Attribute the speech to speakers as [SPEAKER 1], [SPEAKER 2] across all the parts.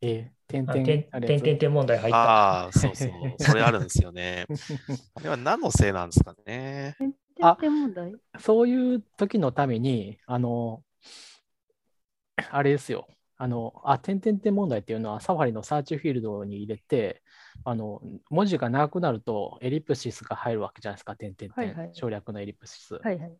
[SPEAKER 1] ええ、点
[SPEAKER 2] あ
[SPEAKER 1] 々
[SPEAKER 2] の点
[SPEAKER 1] あ
[SPEAKER 2] 点
[SPEAKER 1] るやつ
[SPEAKER 2] 点点問題入った。
[SPEAKER 3] ああ、そうそう。それあるんですよね。あれは何のせいなんですかね。
[SPEAKER 1] あ
[SPEAKER 4] 点々問題
[SPEAKER 1] そういう時のために、あの、あれですよ。あの、あ、点々点問題っていうのは、サファリのサーチフィールドに入れて、あの、文字が長くなると、エリプシスが入るわけじゃないですか、点々点。
[SPEAKER 4] はいはい
[SPEAKER 1] 省略のエリプシス。
[SPEAKER 4] はいはい。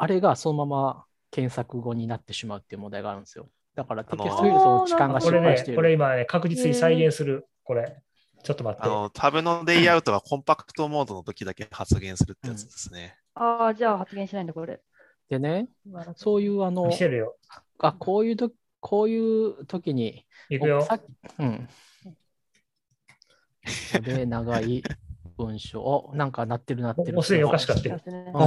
[SPEAKER 1] あれがそのまま検索語になってしまうっていう問題があるんですよ。だから、テ
[SPEAKER 3] あの
[SPEAKER 1] キストフィールドの時間が
[SPEAKER 2] こ
[SPEAKER 1] 失
[SPEAKER 2] れ
[SPEAKER 1] 敗し
[SPEAKER 2] ね
[SPEAKER 1] てい、る。
[SPEAKER 2] これ今ね、確実に再現する。これ。ちょっと待っ
[SPEAKER 3] あ
[SPEAKER 2] て。
[SPEAKER 3] の、タブのレイアウトがコンパクトモードの時だけ発言するってやつですね。
[SPEAKER 4] ああ、じゃあ発言しないんだ、これ。
[SPEAKER 1] でね、
[SPEAKER 4] 今の
[SPEAKER 1] そういう、あの
[SPEAKER 2] 見、せるよ。
[SPEAKER 1] あ、こういうと、こういう時に、
[SPEAKER 2] いくよ
[SPEAKER 1] さ。っきうん。これ長い文章。お、なんか鳴ってる鳴ってる。
[SPEAKER 2] もうすでにおかしかった
[SPEAKER 4] そ
[SPEAKER 2] よ
[SPEAKER 4] う。ですね
[SPEAKER 1] うん
[SPEAKER 5] もうもう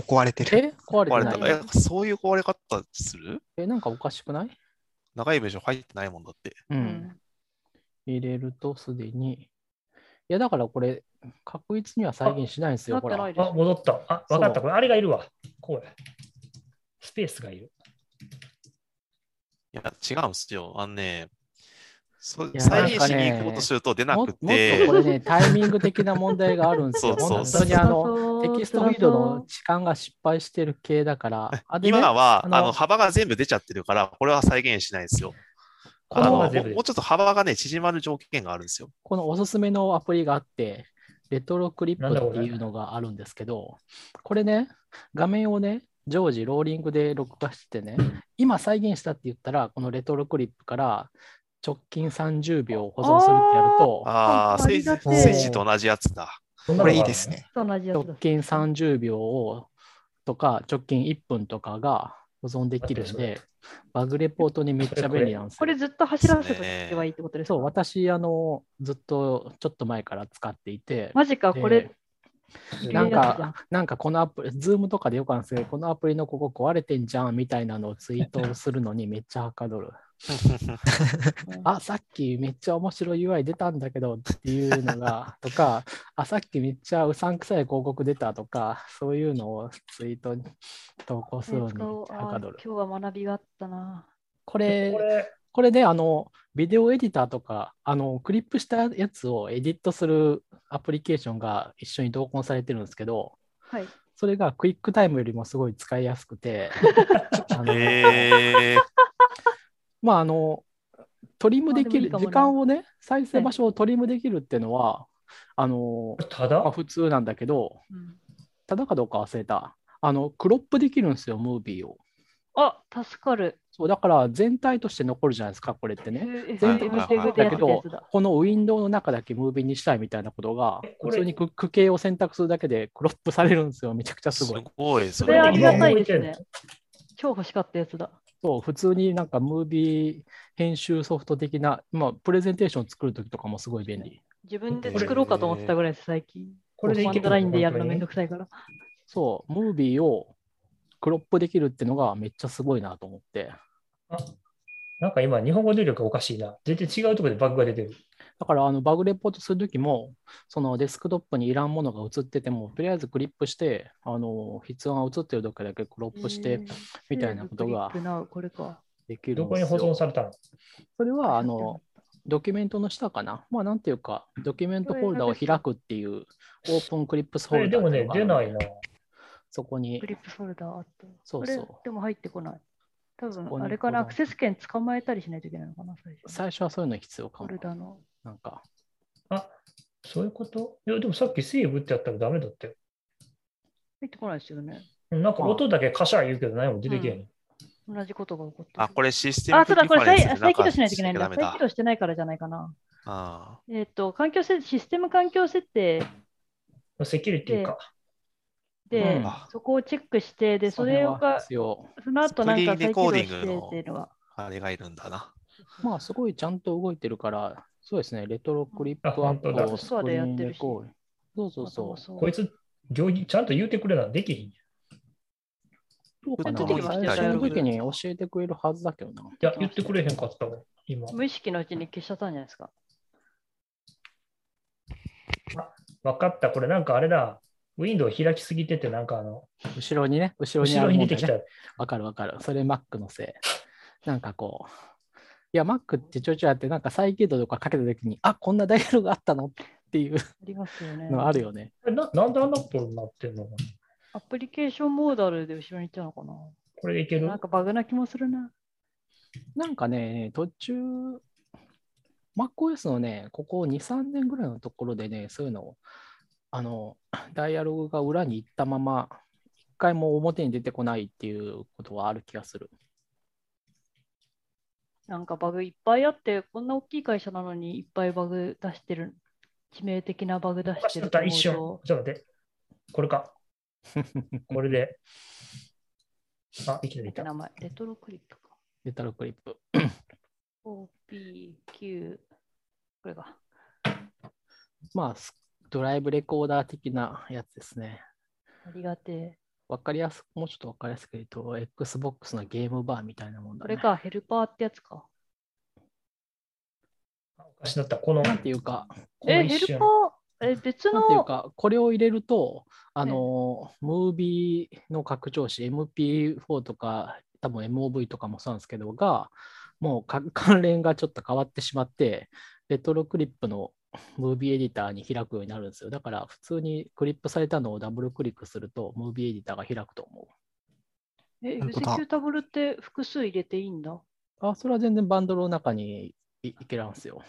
[SPEAKER 5] 壊れてる。
[SPEAKER 1] え壊
[SPEAKER 3] 壊
[SPEAKER 1] れ
[SPEAKER 3] れ
[SPEAKER 1] て
[SPEAKER 3] た。
[SPEAKER 1] ない
[SPEAKER 3] え、そういう壊れ方する
[SPEAKER 1] え、なんかおかしくない
[SPEAKER 3] 長い文章入ってないもんだって。
[SPEAKER 1] う。
[SPEAKER 4] うんん
[SPEAKER 1] 入れるとすでに。いや、だからこれ、確実には再現しないんですよ、
[SPEAKER 4] なっ
[SPEAKER 1] ほ
[SPEAKER 4] てな
[SPEAKER 1] ら
[SPEAKER 4] い。でし
[SPEAKER 2] あ、
[SPEAKER 4] ょ。
[SPEAKER 2] 戻った。あ、わかっ
[SPEAKER 1] そ
[SPEAKER 2] た。
[SPEAKER 1] う
[SPEAKER 2] これ、あれがいるわ。こうや。スペースがいる。
[SPEAKER 3] いや、違うんすよ。あのね、そ
[SPEAKER 1] や
[SPEAKER 3] 再現しに行こうとすると出な
[SPEAKER 1] ももっ
[SPEAKER 3] く
[SPEAKER 1] とこ
[SPEAKER 3] て、
[SPEAKER 1] れね、タイミング的な問題があるんですよ。
[SPEAKER 3] そうそう
[SPEAKER 1] 本当にあの、
[SPEAKER 4] の
[SPEAKER 1] テキストフィードの時間が失敗してる系だから、あでね
[SPEAKER 3] 今は
[SPEAKER 1] あの
[SPEAKER 3] あの幅が全部出ちゃってるから、これは再現しないですよ。
[SPEAKER 1] こ
[SPEAKER 3] あの
[SPEAKER 2] 幅
[SPEAKER 3] も
[SPEAKER 2] が
[SPEAKER 3] う
[SPEAKER 1] の
[SPEAKER 2] 全部出る
[SPEAKER 3] もうちょっと幅がね、縮まる条件があるんですよ。
[SPEAKER 1] このおすすめのアプリがあって、レトロクリップっていうのがあるんですけど、これね、画面をね、常時ローリングで録画してね、今再現したって言ったら、このレトロクリップから直近30秒保存するってやると、
[SPEAKER 3] ああ、
[SPEAKER 4] あ
[SPEAKER 3] せ
[SPEAKER 4] り
[SPEAKER 3] い
[SPEAKER 4] がて
[SPEAKER 1] え
[SPEAKER 3] せいじと同じやつだ。
[SPEAKER 2] こ
[SPEAKER 5] これいいです。ね。
[SPEAKER 4] と同じや
[SPEAKER 1] 直
[SPEAKER 4] つだ。
[SPEAKER 1] 近30秒をとか、直近1分とかが保存できるん
[SPEAKER 2] 待って
[SPEAKER 1] で、バグレポートにめっちゃ便利なんですよ
[SPEAKER 4] これずっと走らせとけばいいってことですか
[SPEAKER 1] そう、私、あの、ずっとちょっと前から使っていて、
[SPEAKER 4] マジか、これ
[SPEAKER 1] で。なん
[SPEAKER 4] いいやつじゃん
[SPEAKER 1] か、なんかこのアプリ、ズームとかでよくあるんですけど、このアプリのここ壊れてんじゃんみたいなのをツイートするのにめっちゃはかど る。あ、さっきめっちゃ面白い UI 出たんだけどっていうのが、とか、あ、さっきめっちゃうさんくさい広告出たとか、そういうのをツイートに投稿するのにめっ
[SPEAKER 4] そう
[SPEAKER 1] ちゃ
[SPEAKER 4] あ
[SPEAKER 1] は
[SPEAKER 4] ー
[SPEAKER 1] かど
[SPEAKER 4] 今
[SPEAKER 1] る。
[SPEAKER 4] 日は学びがあったな。
[SPEAKER 1] こ
[SPEAKER 2] こ
[SPEAKER 1] れ、
[SPEAKER 2] れ、
[SPEAKER 1] これね、あの、ビデオエディターとか、あの、クリップしたやつをエディットするアプリケーションが一緒に同梱されてるんですけど、
[SPEAKER 4] はい。
[SPEAKER 1] それがクイックタイムよりもすごい使いやすく て、あの
[SPEAKER 3] えー、
[SPEAKER 1] まあ、あの、トリムできる、
[SPEAKER 4] まあでもいい
[SPEAKER 1] 時
[SPEAKER 4] かもな
[SPEAKER 1] 間をね、再生場所をトリムできるっていうのは、あの、
[SPEAKER 2] た
[SPEAKER 1] まあ、
[SPEAKER 2] だ、
[SPEAKER 1] 普通なんだけど、
[SPEAKER 4] うん
[SPEAKER 1] ただかどうか忘れた。あの、クロップできるんですよ、ムービーを。
[SPEAKER 4] あ、助かる。
[SPEAKER 1] そう、だから全体として残るじゃないですか、これってね。全体
[SPEAKER 3] 全
[SPEAKER 1] とし
[SPEAKER 3] 体としてて
[SPEAKER 1] だ
[SPEAKER 3] だ
[SPEAKER 1] け
[SPEAKER 3] け
[SPEAKER 1] ど
[SPEAKER 4] ど、
[SPEAKER 1] このウィンドウの中だけムービーにしたいみたいなことが
[SPEAKER 2] え、こ
[SPEAKER 1] 普
[SPEAKER 2] れ
[SPEAKER 1] 通にクック系を選択するだけでクロップされるんですよ。めちゃくちゃす
[SPEAKER 3] す
[SPEAKER 1] ごい。
[SPEAKER 3] ごい、そ
[SPEAKER 4] それ
[SPEAKER 3] れ。
[SPEAKER 4] ありがたい
[SPEAKER 2] これ
[SPEAKER 4] ですね。超欲しかったやつだ。
[SPEAKER 1] そう、普通になんかムービー編集ソフト的な、まあ、プレゼンテーション作るときとかもすごい便利。
[SPEAKER 4] 自分で作ろうかと思ってたぐらいです、最近。
[SPEAKER 2] これでい
[SPEAKER 4] ワ
[SPEAKER 2] け
[SPEAKER 4] ン
[SPEAKER 2] る
[SPEAKER 4] ドラインでやるのめんど
[SPEAKER 2] く
[SPEAKER 4] くさいから。
[SPEAKER 1] そう、ムービーをクロップできるってのがめっちゃすごいなと思って。
[SPEAKER 2] なんか今、日本語入力おかしいな。全然違うところでバグが出てる。
[SPEAKER 1] だからあのバグレポートするときも、そのデスクトップにいらんものが映ってても、とりあえずクリップして、あの筆音が映ってるときだけクロップしてみたいなことが
[SPEAKER 4] セーブクリップなこれか。
[SPEAKER 1] できる
[SPEAKER 2] ど
[SPEAKER 1] ん
[SPEAKER 2] こ
[SPEAKER 1] で
[SPEAKER 2] に
[SPEAKER 1] す
[SPEAKER 2] 保
[SPEAKER 1] よ
[SPEAKER 2] 存。されたの
[SPEAKER 1] それはあの、ドキュメントの下かな。まあ、なんていうか、ドキュメントフォルダを開くっていう、オープンクリップスフ
[SPEAKER 2] こ
[SPEAKER 1] ォ
[SPEAKER 2] れ
[SPEAKER 1] ル
[SPEAKER 2] で
[SPEAKER 1] ダ
[SPEAKER 2] も
[SPEAKER 1] ってい
[SPEAKER 2] ね
[SPEAKER 1] うの、があ
[SPEAKER 2] 出
[SPEAKER 1] る
[SPEAKER 2] ないな。
[SPEAKER 1] そこに
[SPEAKER 4] ク、リップフォルダあった。
[SPEAKER 1] そう
[SPEAKER 4] こ
[SPEAKER 1] そ
[SPEAKER 4] れ
[SPEAKER 1] う。
[SPEAKER 4] でも入ってこない。多
[SPEAKER 1] こに
[SPEAKER 4] 分あれかな、
[SPEAKER 1] こ
[SPEAKER 4] ア
[SPEAKER 1] だ
[SPEAKER 4] クセス権捕まえたりしないといけないのかな、最初。
[SPEAKER 1] 最初はそういうの必要か
[SPEAKER 4] フォ
[SPEAKER 1] も
[SPEAKER 4] ル。ダの。
[SPEAKER 1] なんか、
[SPEAKER 2] そういうこといや、でもさっきセーブってやったらダメだって。
[SPEAKER 4] 入ってこないですよね。
[SPEAKER 2] なんか音だけカシャ言うけど何も出てけへん。
[SPEAKER 4] 同じことが起こってる
[SPEAKER 3] あ、これシステム
[SPEAKER 4] あ、そうだ、これ
[SPEAKER 3] プリファレンスで
[SPEAKER 4] 再再起動しないといけないん
[SPEAKER 3] な
[SPEAKER 4] だ。
[SPEAKER 3] ん
[SPEAKER 4] 再
[SPEAKER 3] かし
[SPEAKER 4] 起動してないからじゃないかな。
[SPEAKER 3] あ
[SPEAKER 4] えっ、と、環境設システム環境設定
[SPEAKER 2] セキュリティか。
[SPEAKER 4] で、
[SPEAKER 1] うん
[SPEAKER 3] あ
[SPEAKER 4] そこをチェックして、で、それ
[SPEAKER 1] は
[SPEAKER 4] が、
[SPEAKER 1] 必要。
[SPEAKER 4] その後なんか
[SPEAKER 3] スクリーンレ
[SPEAKER 4] 再起
[SPEAKER 3] コー
[SPEAKER 4] 動
[SPEAKER 3] デ
[SPEAKER 4] し
[SPEAKER 3] ィ
[SPEAKER 4] て
[SPEAKER 3] ン
[SPEAKER 4] っ
[SPEAKER 3] グ
[SPEAKER 4] て
[SPEAKER 3] の
[SPEAKER 4] いうのが。
[SPEAKER 3] あ、あれがいるんだな。
[SPEAKER 1] まあ、すごいちゃんと動いてるから、そうですね、レトロクリップ
[SPEAKER 2] あ
[SPEAKER 1] アップ
[SPEAKER 2] 本当だ
[SPEAKER 1] をスクリーンレコール。そうそう
[SPEAKER 4] ま
[SPEAKER 1] そ
[SPEAKER 4] あ
[SPEAKER 1] う。
[SPEAKER 4] そう
[SPEAKER 2] こいつ、行儀ちゃんと言うてくれならできひん。い
[SPEAKER 1] どうか
[SPEAKER 3] かな
[SPEAKER 1] な最初の時に教えてくれるはずだけどな。
[SPEAKER 2] や、言ってくれへんかったもん、今。
[SPEAKER 4] 無意識のうちに消しちゃったんじゃないですか。
[SPEAKER 2] わかった、これなんかあれだ。ウィンドウ開きすぎてて、なんかあの、
[SPEAKER 1] 後ろにね、後ろに
[SPEAKER 2] 後
[SPEAKER 1] あ
[SPEAKER 2] ろ
[SPEAKER 1] る
[SPEAKER 2] に
[SPEAKER 1] もん
[SPEAKER 2] 出て
[SPEAKER 1] だ
[SPEAKER 2] きた
[SPEAKER 1] ね。。わかるわかる。それ Mac のせい。なんかこう、いや、Mac ってちょいちょいあって、なんか再起動とかかけたときに、あこんなダイヤルがあったのっていう
[SPEAKER 4] ありますよね。
[SPEAKER 1] のあるよね。
[SPEAKER 2] えななんであんなことになってんのかな
[SPEAKER 4] アプリケーションモーダルで後ろに行ったのかな
[SPEAKER 2] これでいける
[SPEAKER 4] なんかバグな気もするな。
[SPEAKER 1] なんかね、途中、MacOS のね、ここ2、3年ぐらいのところでね、そういうのを、あの、 ダイアログが裏に行ったまま、一回も表に出てこないっていうことはある気がする。
[SPEAKER 4] なんかバグいっぱいあって、こんな大きい会社なのにいっぱいバグ出してる。致命的なバグ出して
[SPEAKER 2] ちょ
[SPEAKER 4] る
[SPEAKER 2] っと
[SPEAKER 4] と思う
[SPEAKER 2] 一
[SPEAKER 4] と。
[SPEAKER 2] 瞬。ちょっと待って。これか。これで。あ、いきなりいた。
[SPEAKER 4] 名前、レトロクリップか。
[SPEAKER 1] デタルクリップ。
[SPEAKER 4] OPQ。これが。
[SPEAKER 1] まあ、スドライブレコーダー的なやつですね。
[SPEAKER 4] ありがてえ。
[SPEAKER 1] わかりやすく、もうちょっとわかりやすく言うと、Xbox のゲームバーみたいなもんだ
[SPEAKER 4] こ
[SPEAKER 1] ね。
[SPEAKER 4] れか、ヘルパーってやつか。
[SPEAKER 2] おかしなった。この、
[SPEAKER 1] なんていうか、
[SPEAKER 2] この
[SPEAKER 4] え、
[SPEAKER 2] 一
[SPEAKER 4] ヘ
[SPEAKER 2] 瞬
[SPEAKER 4] ルパ。ーえ、別
[SPEAKER 1] なんていう
[SPEAKER 4] の。
[SPEAKER 1] か、これを入れると、あの、ムービーの拡張子、MP4 とか、多分 MOV とかもそうなんですけど、が、もうか 関連がちょっと変わってしまって、レトロクリップのムービーエディターに開くようになるんですよ。だから、普通にクリップされたのをダブルクリックすると、ムービーエディターが開くと思
[SPEAKER 4] え、エグ
[SPEAKER 5] 本
[SPEAKER 4] ゼ
[SPEAKER 5] 当
[SPEAKER 4] キ
[SPEAKER 5] だ
[SPEAKER 4] ュータブルって複数入れていいんだ。
[SPEAKER 1] う。あ、それは全然バンドルの中にいいけらんすよ。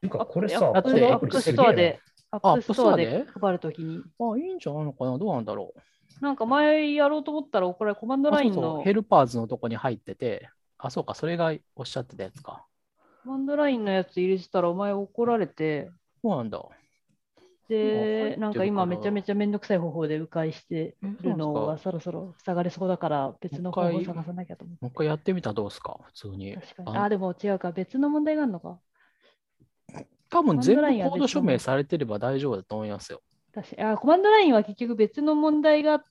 [SPEAKER 2] ていうか、これさ、
[SPEAKER 1] だ
[SPEAKER 4] アッ
[SPEAKER 1] って
[SPEAKER 2] こ
[SPEAKER 4] プ
[SPEAKER 2] の
[SPEAKER 4] ア
[SPEAKER 2] ア
[SPEAKER 4] ッ
[SPEAKER 2] プ
[SPEAKER 4] プ
[SPEAKER 2] リ
[SPEAKER 4] ス
[SPEAKER 2] す
[SPEAKER 4] ト
[SPEAKER 2] げ
[SPEAKER 4] ア
[SPEAKER 2] えな
[SPEAKER 4] で。、アップストア
[SPEAKER 1] アップ
[SPEAKER 4] で
[SPEAKER 1] スト
[SPEAKER 4] 配るときに。
[SPEAKER 1] あ、いいんじゃないのかなどうなんだろう。
[SPEAKER 4] なんか前やろうと思ったら、これコマンド
[SPEAKER 1] あ
[SPEAKER 4] ラ
[SPEAKER 1] そ
[SPEAKER 4] イ
[SPEAKER 1] う
[SPEAKER 4] ン
[SPEAKER 1] そう
[SPEAKER 4] の、
[SPEAKER 1] ヘルパーズのとこに入ってて、あ、そうか、それがおっしゃってたやつか。
[SPEAKER 4] コマンドラインのやつ入れてたら、お前怒られて、
[SPEAKER 1] そうなんだ。
[SPEAKER 4] で、
[SPEAKER 1] なか入って
[SPEAKER 4] なんん
[SPEAKER 1] るから
[SPEAKER 4] か今めちゃめちゃめんどくさい方法で迂回してるのがそろそろ塞がれそうだから、別の方
[SPEAKER 1] もう
[SPEAKER 4] 法
[SPEAKER 1] 一回
[SPEAKER 4] 探さなきゃと思
[SPEAKER 1] もう一
[SPEAKER 4] って。
[SPEAKER 1] 回やってみたらどうですか普通に。
[SPEAKER 4] 確か
[SPEAKER 1] あ
[SPEAKER 4] に。あ、でも違うか、別の問題があるのか。
[SPEAKER 1] 多分全部コ
[SPEAKER 4] コマンドラインは
[SPEAKER 1] ー
[SPEAKER 4] 別
[SPEAKER 1] ド
[SPEAKER 4] の
[SPEAKER 1] 署名されてれば大丈夫だと思いますよ。
[SPEAKER 4] 確かあコマンドラインは結局別の問題があって、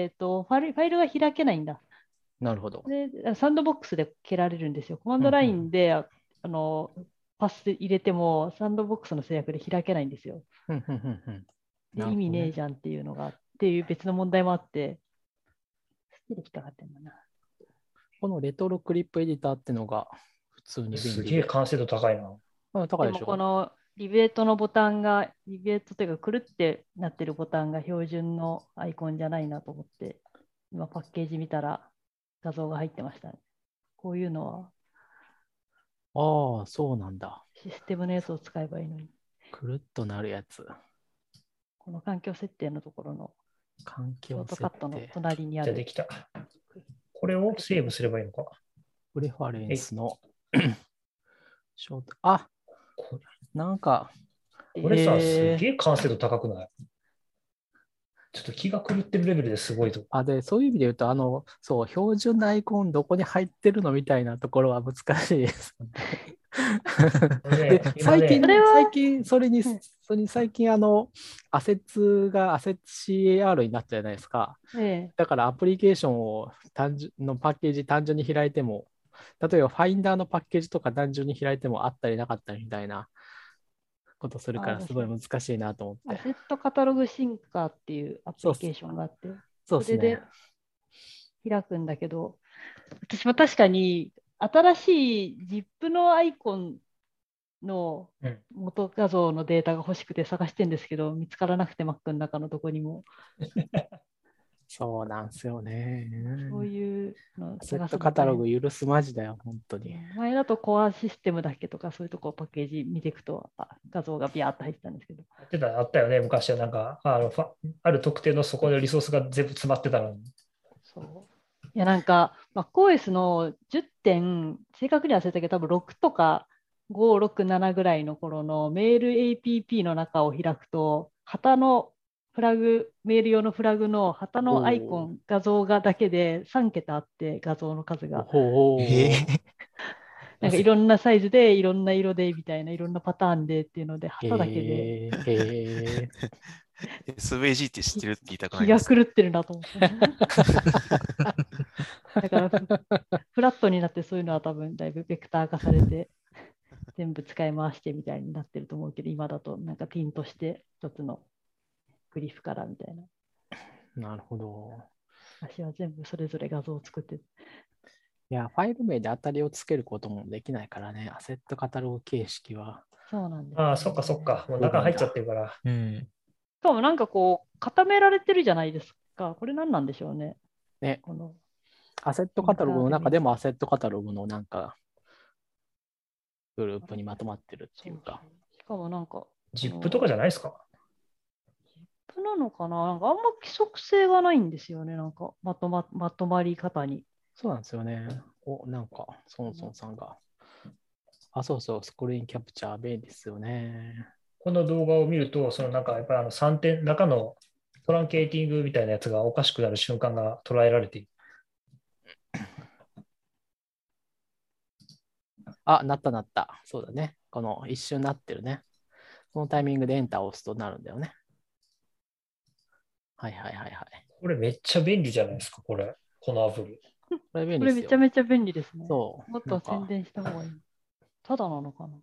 [SPEAKER 4] えっ、とファイル、ファイルが開けないんだ。
[SPEAKER 1] なるほど。
[SPEAKER 4] で、あサンドボックスで蹴られるんですよ。コマンドラインで、ああの、パスで入れても、サンドボックスの制約で開けないんですよ。
[SPEAKER 1] ふんふんふんふん
[SPEAKER 4] で
[SPEAKER 1] なるほど
[SPEAKER 4] 意味ねえじゃんっていうのが、っていう別の問題もあって、すっきり引っかかってんだな。
[SPEAKER 1] このレトロクリップエディターってのが普通に便
[SPEAKER 2] す
[SPEAKER 1] 利
[SPEAKER 2] げえ
[SPEAKER 1] で。
[SPEAKER 2] 完成度高いな。
[SPEAKER 1] あ高
[SPEAKER 4] で
[SPEAKER 1] いで
[SPEAKER 4] も
[SPEAKER 1] し
[SPEAKER 4] こ
[SPEAKER 1] ょ。
[SPEAKER 4] のリベートのボタンが、リベートというか、くるってなってるボタンが標準のアイコンじゃないなと思って、今パッケージ見たら画像が入ってましたね。こういうのは
[SPEAKER 1] ああ、そうなんだ。
[SPEAKER 4] システムのやつを使えばいいのに、
[SPEAKER 1] くるっとなるやつ。
[SPEAKER 4] この環境設定のところの
[SPEAKER 1] 環
[SPEAKER 4] ショ
[SPEAKER 1] 境
[SPEAKER 4] ート
[SPEAKER 1] 設
[SPEAKER 4] カットの
[SPEAKER 1] 定。
[SPEAKER 4] 隣にあ
[SPEAKER 2] じゃあで
[SPEAKER 4] る。
[SPEAKER 2] きた。これをセーブすればいいのか。
[SPEAKER 1] プレファレンスのショート。あ
[SPEAKER 2] こ
[SPEAKER 1] なんか、
[SPEAKER 2] これさ、
[SPEAKER 1] えー
[SPEAKER 2] すげえ完成度高くないちょっと気が狂ってるレベルですごいと。
[SPEAKER 1] あ、で、そういう意味で言うと、あの、そう、標準のアイコンどこに入ってるのみたいなところは難しいです。で
[SPEAKER 2] で
[SPEAKER 1] 最近、
[SPEAKER 4] それは
[SPEAKER 1] 最近、それに、
[SPEAKER 4] はい
[SPEAKER 1] それに最近、あの、アセッツがアセッツ CAR になったじゃないですか。
[SPEAKER 4] ええ
[SPEAKER 1] だからアプリケーションを単純のパッケージ単純に開いても、例えば Finder のパッケージとか単純に開いてもあったりなかったりみたいなことするか
[SPEAKER 4] あ
[SPEAKER 1] ら、
[SPEAKER 4] ー
[SPEAKER 1] すごい難しいなと思っ
[SPEAKER 4] ア
[SPEAKER 1] て。
[SPEAKER 4] セットカタログシンカーっていうアプリケーションがあって、
[SPEAKER 1] そうです
[SPEAKER 4] それ
[SPEAKER 1] ね
[SPEAKER 4] で。開くんだけど、私も確かに新しい ZIP のアイコンの
[SPEAKER 2] うん
[SPEAKER 4] 元画像のデータが欲しくて探してんですけど、見つからなくて Mac の中のどこにも、
[SPEAKER 1] そうなんですよね。
[SPEAKER 4] そういうの
[SPEAKER 1] アセッ
[SPEAKER 4] 探す
[SPEAKER 1] ト
[SPEAKER 4] の
[SPEAKER 1] カタロ
[SPEAKER 4] 大
[SPEAKER 1] グ許すマジだよ、本当に。
[SPEAKER 4] 変前だとコアシステムだっけとか、そういうとこパッケージ見ていくと、あ画像がビャーっと入ってたんですけど、
[SPEAKER 2] やってたあったよね、昔はなんか、あのファある特定のそこのリソースが全部詰まってたのに。
[SPEAKER 4] そう。いや、なんか、MacOS の10点、正確には忘れたけど、多分6とか5、6、7ぐらいの頃のメール APP の中を開くと、旗のフラグ、メール用のフラグの旗のアイコン、画像がだけで3桁あって、画像の数が。
[SPEAKER 1] ほう
[SPEAKER 5] え
[SPEAKER 4] なんかいろんなサイズで、いろんな色で、みたいな、いろんなパターンでっていうので、旗だけで
[SPEAKER 1] へーへー
[SPEAKER 3] SVG って知ってるって言いたくな
[SPEAKER 4] 気
[SPEAKER 3] いで
[SPEAKER 4] が
[SPEAKER 3] す。
[SPEAKER 4] 狂ってるなと思 って。だからフ、フラットになってそういうのは多分だいぶベクター化されて、全部使い回してみたいになってると思うけど、今だとなんかピンとして一つのグリフからみたいな。
[SPEAKER 1] なるほど。
[SPEAKER 4] 私は全部それぞれ画像を作って、
[SPEAKER 1] いや、ファイル名で当たりをつけることもできないからね、アセットカタログ形式は。
[SPEAKER 4] そうなんです、
[SPEAKER 2] ああ、そっかそっか。もう中入っちゃってるから。
[SPEAKER 5] うん。
[SPEAKER 4] しかもなんかこう、固められてるじゃないですか。これ何なんでしょうね。
[SPEAKER 1] ね
[SPEAKER 4] この
[SPEAKER 1] アセットカタログの中でもアセットカタログのなんか、グループにまとまってるっていうか。
[SPEAKER 4] しかもなんか、
[SPEAKER 2] ZIP とかじゃないですか。
[SPEAKER 4] プなのかななんかあんま規則性がないんですよね。なんかまとままとまり方に。
[SPEAKER 1] そうなんですよね。お、なんか、ソンソンさんが。あ、そうそう、スクリーンキャプチャー便利ですよね。
[SPEAKER 2] この動画を見ると、そのなんかやっぱりあの3点、中のトランケーティングみたいなやつがおかしくなる瞬間が捉えられている。
[SPEAKER 1] あ、なったなった。そうだね。この一瞬なってるね。このタイミングでエンターを押すとなるんだよね。はいはいはいはい。
[SPEAKER 2] これめっちゃ便利じゃないですか、これ。このアプリ。
[SPEAKER 1] これ便
[SPEAKER 4] こ
[SPEAKER 1] 利で
[SPEAKER 4] れ
[SPEAKER 1] す
[SPEAKER 4] め
[SPEAKER 1] よ。
[SPEAKER 4] ちゃめちゃ便利ですね。
[SPEAKER 1] そう。
[SPEAKER 4] もっ
[SPEAKER 1] な
[SPEAKER 4] と
[SPEAKER 1] んか
[SPEAKER 4] 宣伝した方がいい。ただなのかな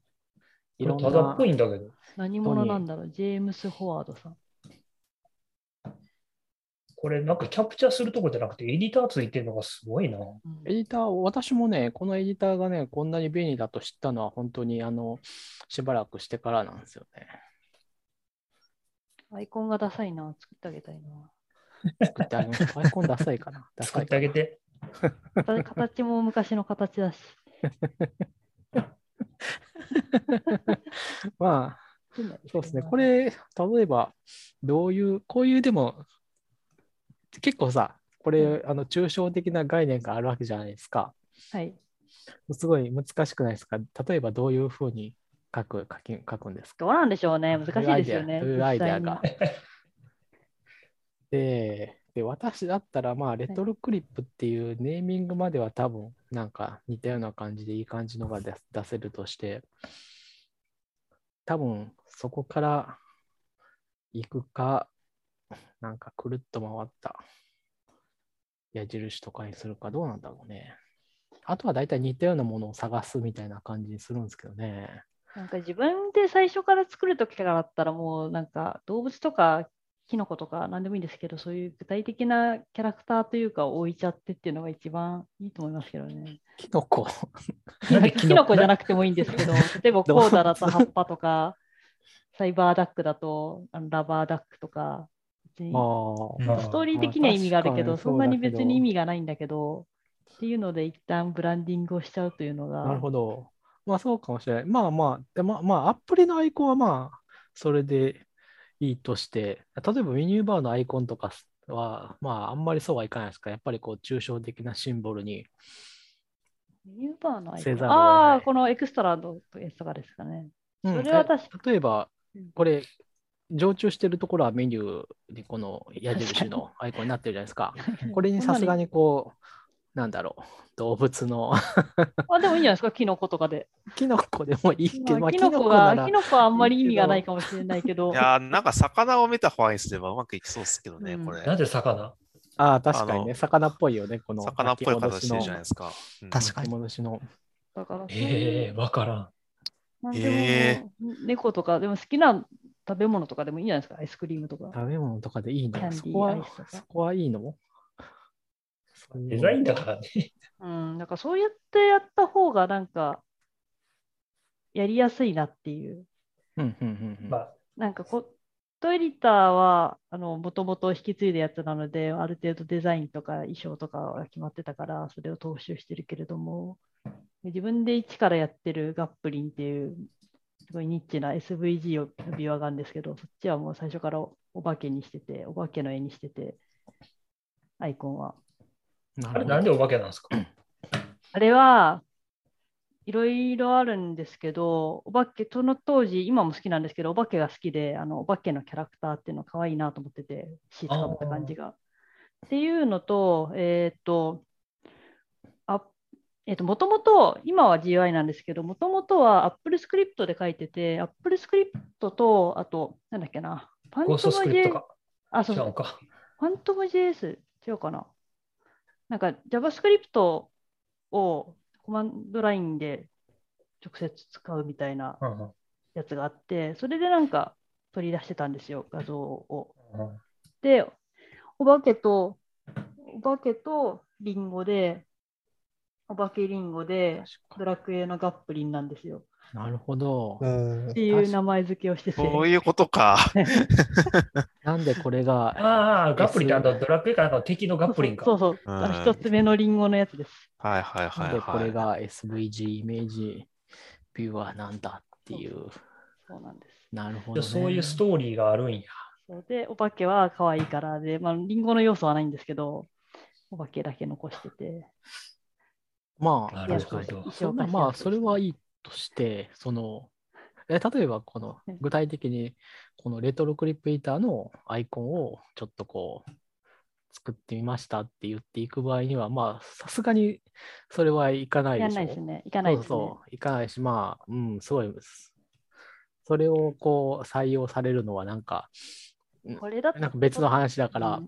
[SPEAKER 4] い
[SPEAKER 1] ろん
[SPEAKER 2] ただっ
[SPEAKER 1] な
[SPEAKER 2] ぽいんだけど、
[SPEAKER 4] 何者なんだろうジェームス・ホワードさん。
[SPEAKER 2] これなんかキャプチャーするとこじゃなくて、エディターついてるのがすごいな。
[SPEAKER 4] うん
[SPEAKER 1] エディター、私もね、このエディターがね、こんなに便利だと知ったのは、本当に、あの、しばらくしてからなんですよね。
[SPEAKER 4] アイコンがダサいな。作ってあげた いな。
[SPEAKER 1] 作ってあり ます。アイコンダサいかな。ダサ
[SPEAKER 2] 作
[SPEAKER 1] い
[SPEAKER 2] って
[SPEAKER 1] か
[SPEAKER 2] あ
[SPEAKER 1] な
[SPEAKER 2] げて。
[SPEAKER 4] 形形も昔の形だし。
[SPEAKER 1] まあ、そうですね。これ、例えば、どういう、こういう、でも、結構さ、これ、あの、抽象的な概念があるわけじゃないですか。
[SPEAKER 4] はい。
[SPEAKER 1] すごい難しくないですか。例えば、どういうふうに書く、書き、書くんですか。
[SPEAKER 4] どうなんでしょうね。難しいですよね。
[SPEAKER 1] というアイデア
[SPEAKER 4] 実際に
[SPEAKER 1] が。 でで、私だったら、まあ、レトロクリップっていうネーミングまでは多分、なんか似たような感じでいい感じのが出出せるとして、多分、そこから行くか、なんかくるっと回った矢印とかにするか、どうなんだろうね。あとは大体似たようなものを探すみたいな感じにするんですけどね。
[SPEAKER 4] なんか自分で最初から作るときからだったらもうなんか動物とかキノコとか何でもいいんですけどそういう具体的なキャラクターというかを置いちゃってっていうのが一番いいと思いますけど ね。
[SPEAKER 1] キノコ。
[SPEAKER 2] なんで
[SPEAKER 4] キノコじゃ
[SPEAKER 2] な
[SPEAKER 4] なくてもいいんですけど例えばコーダだと葉っぱとかサイバーダックだとあのラバーダックとか別に
[SPEAKER 1] ああ。
[SPEAKER 5] うん
[SPEAKER 4] ストーリー的には意味があるけ
[SPEAKER 1] まあ
[SPEAKER 4] ど
[SPEAKER 1] 確
[SPEAKER 4] そ
[SPEAKER 1] かに
[SPEAKER 4] んな
[SPEAKER 1] そ
[SPEAKER 4] に
[SPEAKER 1] うだけど
[SPEAKER 4] 別に意味がないんだけどっていうので一旦ブランディングをしちゃうというの
[SPEAKER 1] なる
[SPEAKER 4] が
[SPEAKER 1] ほど。まあそうかもしれない。まあまあ、でまあまあ、アプリのアイコンはまあ、それでいいとして、例えばメニューバーのアイコンとかは、まああんまりそうはいかないですか。やっぱりこう、抽象的なシンボルに。
[SPEAKER 4] ニューバーのアイコ
[SPEAKER 1] せざるを得な
[SPEAKER 4] ン
[SPEAKER 1] い
[SPEAKER 4] ああこのエクストラのやつとかですかね。
[SPEAKER 1] うん
[SPEAKER 4] それは確か
[SPEAKER 1] え例えば
[SPEAKER 4] うん、
[SPEAKER 1] これ、常駐してるところはメニューにこの矢印のアイコンになってるじゃないですか。これにさすがにこう、なんだろう、動物の
[SPEAKER 4] あ、でもいいんじゃないですか、キノコとかで。
[SPEAKER 1] キノコでもいいけど、ま
[SPEAKER 4] ま
[SPEAKER 1] あ
[SPEAKER 4] あキ
[SPEAKER 1] キ
[SPEAKER 4] ノ
[SPEAKER 1] ノ
[SPEAKER 4] コ
[SPEAKER 1] コな
[SPEAKER 4] が、
[SPEAKER 1] ら
[SPEAKER 4] キ、ノコはあんまり意味がないかもしれないけど、
[SPEAKER 3] いやー、なんか魚をメタファインすればうまくいきそうですけどね、
[SPEAKER 4] うん
[SPEAKER 3] これ。
[SPEAKER 2] んで魚
[SPEAKER 1] ああ、確かに
[SPEAKER 3] あ
[SPEAKER 1] ね、
[SPEAKER 3] の
[SPEAKER 1] 魚っぽいよね、この
[SPEAKER 3] 魚っぽい形してるじゃな
[SPEAKER 1] い
[SPEAKER 3] いですか。うん
[SPEAKER 5] 確かに
[SPEAKER 1] 戻しの
[SPEAKER 4] だからそうい
[SPEAKER 2] ええ
[SPEAKER 4] う、
[SPEAKER 2] わからん。
[SPEAKER 4] なん
[SPEAKER 3] え
[SPEAKER 4] でも猫とか、でも好きな食べ物とかでもいいんじゃないですか、アイスクリームとか。
[SPEAKER 1] 食べ物とかでいい
[SPEAKER 4] キャ
[SPEAKER 1] の
[SPEAKER 4] ンディー
[SPEAKER 1] そこは
[SPEAKER 4] アイスとか
[SPEAKER 1] そこはいいのそういう
[SPEAKER 2] デザインだからね。
[SPEAKER 4] うん、なんかそうやってやった方が、なんか、やりやすいなっていう。
[SPEAKER 1] うんうんうんうん
[SPEAKER 2] まあ、
[SPEAKER 4] なんかこ、トエリターは、あの、もともと引き継いだやつなので、ある程度デザインとか衣装とかは決まってたから、それを踏襲してるけれども、自分で一からやってるガップリンっていう、すごいニッチな SVG をビワがあるんですけど、そっちはもう最初からおお化けにしてて、お化けの絵にしてて、アイコンは。
[SPEAKER 1] な
[SPEAKER 2] あ
[SPEAKER 1] る
[SPEAKER 2] れ
[SPEAKER 1] ほ
[SPEAKER 2] なん
[SPEAKER 1] ど
[SPEAKER 2] でお化けなんですか
[SPEAKER 4] あれはいろいろあるんですけど、お化け、その当時、今も好きなんですけど、お化けが好きで、あのお化けのキャラクターっていうの可愛いなと思ってて、シーツかぶった感じが。っていうのと、えーっと、あえーっと、もともと、今は GUI なんですけど、もともとは Apple Script で書いてて、Apple Script と、あと、なんだっけな、ファ
[SPEAKER 2] ゴーストスクリプト
[SPEAKER 4] J
[SPEAKER 2] か。
[SPEAKER 4] あ、そ
[SPEAKER 2] 違う
[SPEAKER 4] うそう
[SPEAKER 2] のか。
[SPEAKER 4] ファントム JS 違うかななんか JavaScript をコマンドラインで直接使うみたいな
[SPEAKER 2] うんうん
[SPEAKER 4] やつがあって、それでなんか取り出してたんですよ、画像を。
[SPEAKER 2] うん
[SPEAKER 4] で、お化けと、お化けとリンゴで、お化けリンゴで、ド
[SPEAKER 1] 確か
[SPEAKER 4] ラクエのガップリンなんですよ。
[SPEAKER 1] になるほど。
[SPEAKER 5] うん
[SPEAKER 4] っていう名前付けをしてて。
[SPEAKER 3] そういうことか。
[SPEAKER 1] なんでこれが、
[SPEAKER 2] ああ、ガプリンってあのドラクエかなんかの敵のガプリンか。
[SPEAKER 4] そうそうそう。
[SPEAKER 3] うん
[SPEAKER 4] あの一つ目のリンゴのやつです。
[SPEAKER 3] はいはいは
[SPEAKER 1] ないんでこ
[SPEAKER 3] は
[SPEAKER 1] れ
[SPEAKER 3] い。
[SPEAKER 1] が SVG イメージビューアーなんだっていう。
[SPEAKER 4] そうなんです。
[SPEAKER 1] なるほ
[SPEAKER 2] じ
[SPEAKER 1] ど、
[SPEAKER 2] ゃあ
[SPEAKER 1] ね。
[SPEAKER 2] そういうストーリーがあるんや。
[SPEAKER 4] そうで、お化けは可愛いからで、まあ、リンゴの要素はないんですけど、お化けだけ残してて。
[SPEAKER 1] ま
[SPEAKER 2] な
[SPEAKER 1] あ、
[SPEAKER 2] る
[SPEAKER 1] 確
[SPEAKER 2] ほ
[SPEAKER 1] かに
[SPEAKER 2] ど。
[SPEAKER 1] そんなまあ、それはいいとして、その、え例えば、この
[SPEAKER 4] うん、
[SPEAKER 1] 具体的に、このレトロクリップイーターのアイコンをちょっとこう、作ってみましたって言っていく場合には、まあ、さすがにそれはいかない
[SPEAKER 4] いか
[SPEAKER 1] でしょ。
[SPEAKER 4] ないですね。いかない
[SPEAKER 1] そ
[SPEAKER 4] で
[SPEAKER 1] う
[SPEAKER 4] すね。
[SPEAKER 1] そう、いかないし、まあ、うん、すごいです。それをこう、採用されるのは、なんか、
[SPEAKER 4] これだ
[SPEAKER 1] なんか別の話だから、
[SPEAKER 4] うん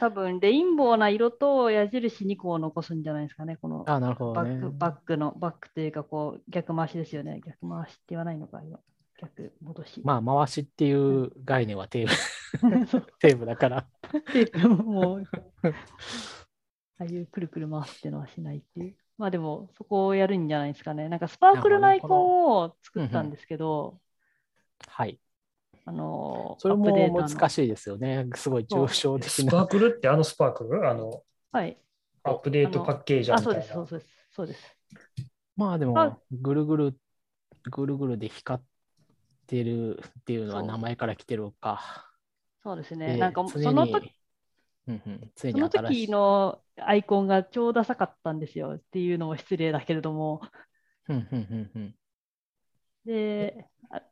[SPEAKER 4] 多分レインボーな色と矢印2個を残すんじゃないですかね、この
[SPEAKER 1] あなるほど
[SPEAKER 4] バ
[SPEAKER 1] ね
[SPEAKER 4] ック,、。バックのバックというかこう逆回しですよね、逆回しって言わないのか、今逆戻し。
[SPEAKER 1] まあ、回しっていう概念はテーブ
[SPEAKER 4] そう
[SPEAKER 1] テーブだから。
[SPEAKER 4] テープももう、ああいうくるくる回すっていうのはしないっていう。まあでも、そこをやるんじゃないですかね。なんかスパークルのアイコンを作ったんですけど、
[SPEAKER 1] はい。
[SPEAKER 4] あの
[SPEAKER 1] それ
[SPEAKER 4] アップデー
[SPEAKER 1] も
[SPEAKER 4] トの
[SPEAKER 1] 難しいですよね。すごい抽象
[SPEAKER 2] ス
[SPEAKER 1] 的
[SPEAKER 2] パー
[SPEAKER 1] な。
[SPEAKER 2] クルってあのスパークルあの、
[SPEAKER 4] はい。
[SPEAKER 2] アップデートパッケージャ
[SPEAKER 4] あ、
[SPEAKER 2] ー
[SPEAKER 4] そう
[SPEAKER 2] みた
[SPEAKER 4] で
[SPEAKER 2] い
[SPEAKER 4] す、そう
[SPEAKER 2] な。
[SPEAKER 4] です、そうです。
[SPEAKER 1] まあで
[SPEAKER 4] あ
[SPEAKER 1] も、ぐるぐる、ぐるぐるで光ってるっていうのは
[SPEAKER 4] そう
[SPEAKER 1] 名前から来てるか。
[SPEAKER 4] そうですね。
[SPEAKER 1] で
[SPEAKER 4] なんか
[SPEAKER 1] 常
[SPEAKER 4] その時
[SPEAKER 1] にうんうん、常
[SPEAKER 4] そ
[SPEAKER 1] に
[SPEAKER 4] の
[SPEAKER 1] 新しい
[SPEAKER 4] 時。のアイコンが超ダサかったんですよっていうのも失礼だけれども、
[SPEAKER 1] うんうんうんうん
[SPEAKER 4] で、あ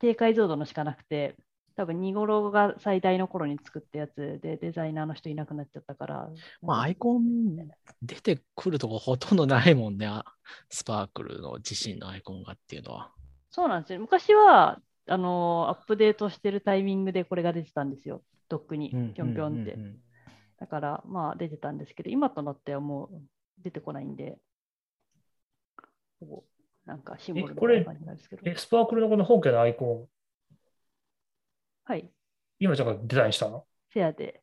[SPEAKER 4] 低解像度のしかなくて、多分ニゴロが最大の頃に作ったやつで、デザイナーの人いなくなっちゃったから。
[SPEAKER 1] まあ、アイコン出てくるとこほとんどないもんね。あスパークルの自身のアイコンがっていうのは。
[SPEAKER 4] そうなんですよ。昔は、あのアップデートしてるタイミングでこれが出てたんですよ、ドックに、
[SPEAKER 1] う
[SPEAKER 4] ぴ
[SPEAKER 1] ん
[SPEAKER 4] ょんぴょんっ
[SPEAKER 1] う
[SPEAKER 4] て
[SPEAKER 1] う。うん
[SPEAKER 4] だから、まあ、出てたんですけど、今となってはもう出てこないんで、ほぼ、なんかシンボル
[SPEAKER 2] えこれ
[SPEAKER 4] 感じなんですけど。
[SPEAKER 2] え、スパークルのこの本家のアイコン、
[SPEAKER 4] はい、
[SPEAKER 2] 今ちょっとデザインしたの
[SPEAKER 4] せやで。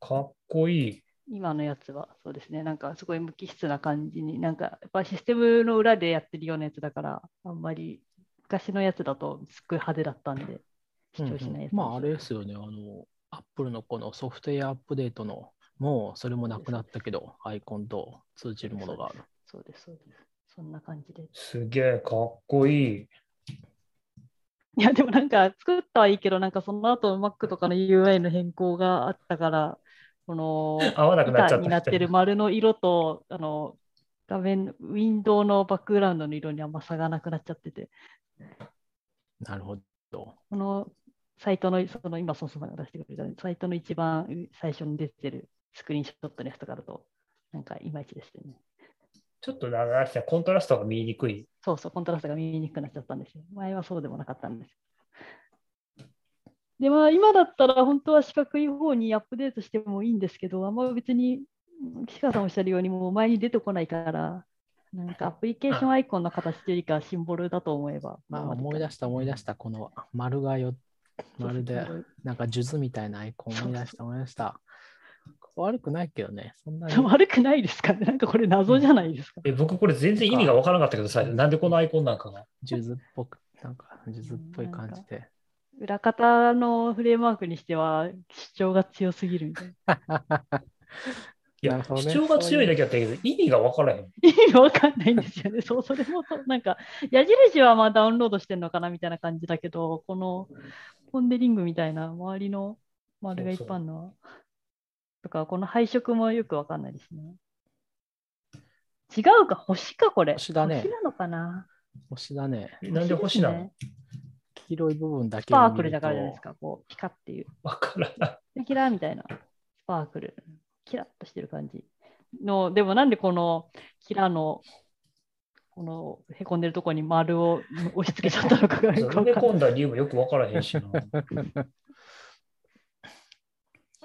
[SPEAKER 2] かっこいい。
[SPEAKER 4] 今のやつは、そうですね、なんかすごい無機質な感じに、なんかやっぱシステムの裏でやってるようなやつだから、あんまり昔のやつだとすっごい派手だったんで、
[SPEAKER 1] う
[SPEAKER 4] 視
[SPEAKER 1] んう
[SPEAKER 4] 聴
[SPEAKER 1] ん
[SPEAKER 4] しないやつ、
[SPEAKER 1] まあ、あれですよね。あの、アップルのこのソフトウェアアップデートの、もうそれもなくなったけど、アイコンと通じるものがある。
[SPEAKER 4] そうです、そうです。そんな感じで。
[SPEAKER 2] すげえ、かっこいい。
[SPEAKER 4] いや、でもなんか作ったはいいけど、なんかその後 Mac とかの UI の変更があったから、この
[SPEAKER 2] 合わなくなっちゃ
[SPEAKER 4] 板
[SPEAKER 2] った。
[SPEAKER 4] になってる丸の色と、あの、画面、ウィンドウのバックグラウンドの色にあんま差がなくなっちゃってて。
[SPEAKER 1] なるほど。
[SPEAKER 4] このサイトの、その今、ソンソンさんが出してくれたサイトの一番う最初に出てるスクリーンショットのやつとかだと、なんかいまいちですよね。
[SPEAKER 2] ちょっとななんかコントラストが見えにくい。
[SPEAKER 4] そうそう、コントラストが見えにくくなっちゃったんですよ。前はそうでもなかったんです。で、まあ、今だったら本当は四角い方にアップデートしてもいいんですけど、あんま別に、うん岸川さんおっしゃるように、もう前に出てこないから、なんかアプリケーションアイコンの形というよりかはシンボルだと思えば。
[SPEAKER 1] まあ、思い出した思い出した、この丸がよ、丸で、なんか数珠みたいなアイコン思い出した思い出した。悪くないけどね、そんなに。
[SPEAKER 4] 悪くないですかねなんかこれ謎じゃないですか
[SPEAKER 2] え、僕これ全然意味がわからなかったけどさ、なんでこのアイコンなんかが。
[SPEAKER 1] 数珠っぽく、なんか数珠っぽい感じで。
[SPEAKER 4] 裏方のフレームワークにしては主張が強すぎるみたいな。
[SPEAKER 2] い
[SPEAKER 1] な
[SPEAKER 2] や、
[SPEAKER 1] るほどね
[SPEAKER 2] 主張が強いだけだったけど、意味がわからへん。
[SPEAKER 4] 意味わかんないんですよね。そう、それもそうなんか矢印はまあダウンロードしてるのかなみたいな感じだけど、このポンデリングみたいな周りの丸がいっぱいあるのは。とか、この配色もよくわかんないですね。違うか、星か、これ。
[SPEAKER 1] 星だね
[SPEAKER 4] 星なのかな。
[SPEAKER 1] 星だね、
[SPEAKER 2] えなんで星なの
[SPEAKER 4] ですね
[SPEAKER 1] 黄色い部分だ
[SPEAKER 4] ス
[SPEAKER 1] けを
[SPEAKER 4] パ
[SPEAKER 1] 見ると。
[SPEAKER 4] ークルだからじゃないですか。こう、ピカっていう。
[SPEAKER 2] わからない。
[SPEAKER 4] キラーみたいな、スパークル、キラッとしてる感じの、でもなんでこのキラーの、このへこんでるとこに丸を押し付けちゃったのかが
[SPEAKER 2] そ
[SPEAKER 4] よ
[SPEAKER 2] う
[SPEAKER 4] くわ
[SPEAKER 2] 埋め
[SPEAKER 4] かんないこ
[SPEAKER 2] 込んだ理由もよくわからへんし な。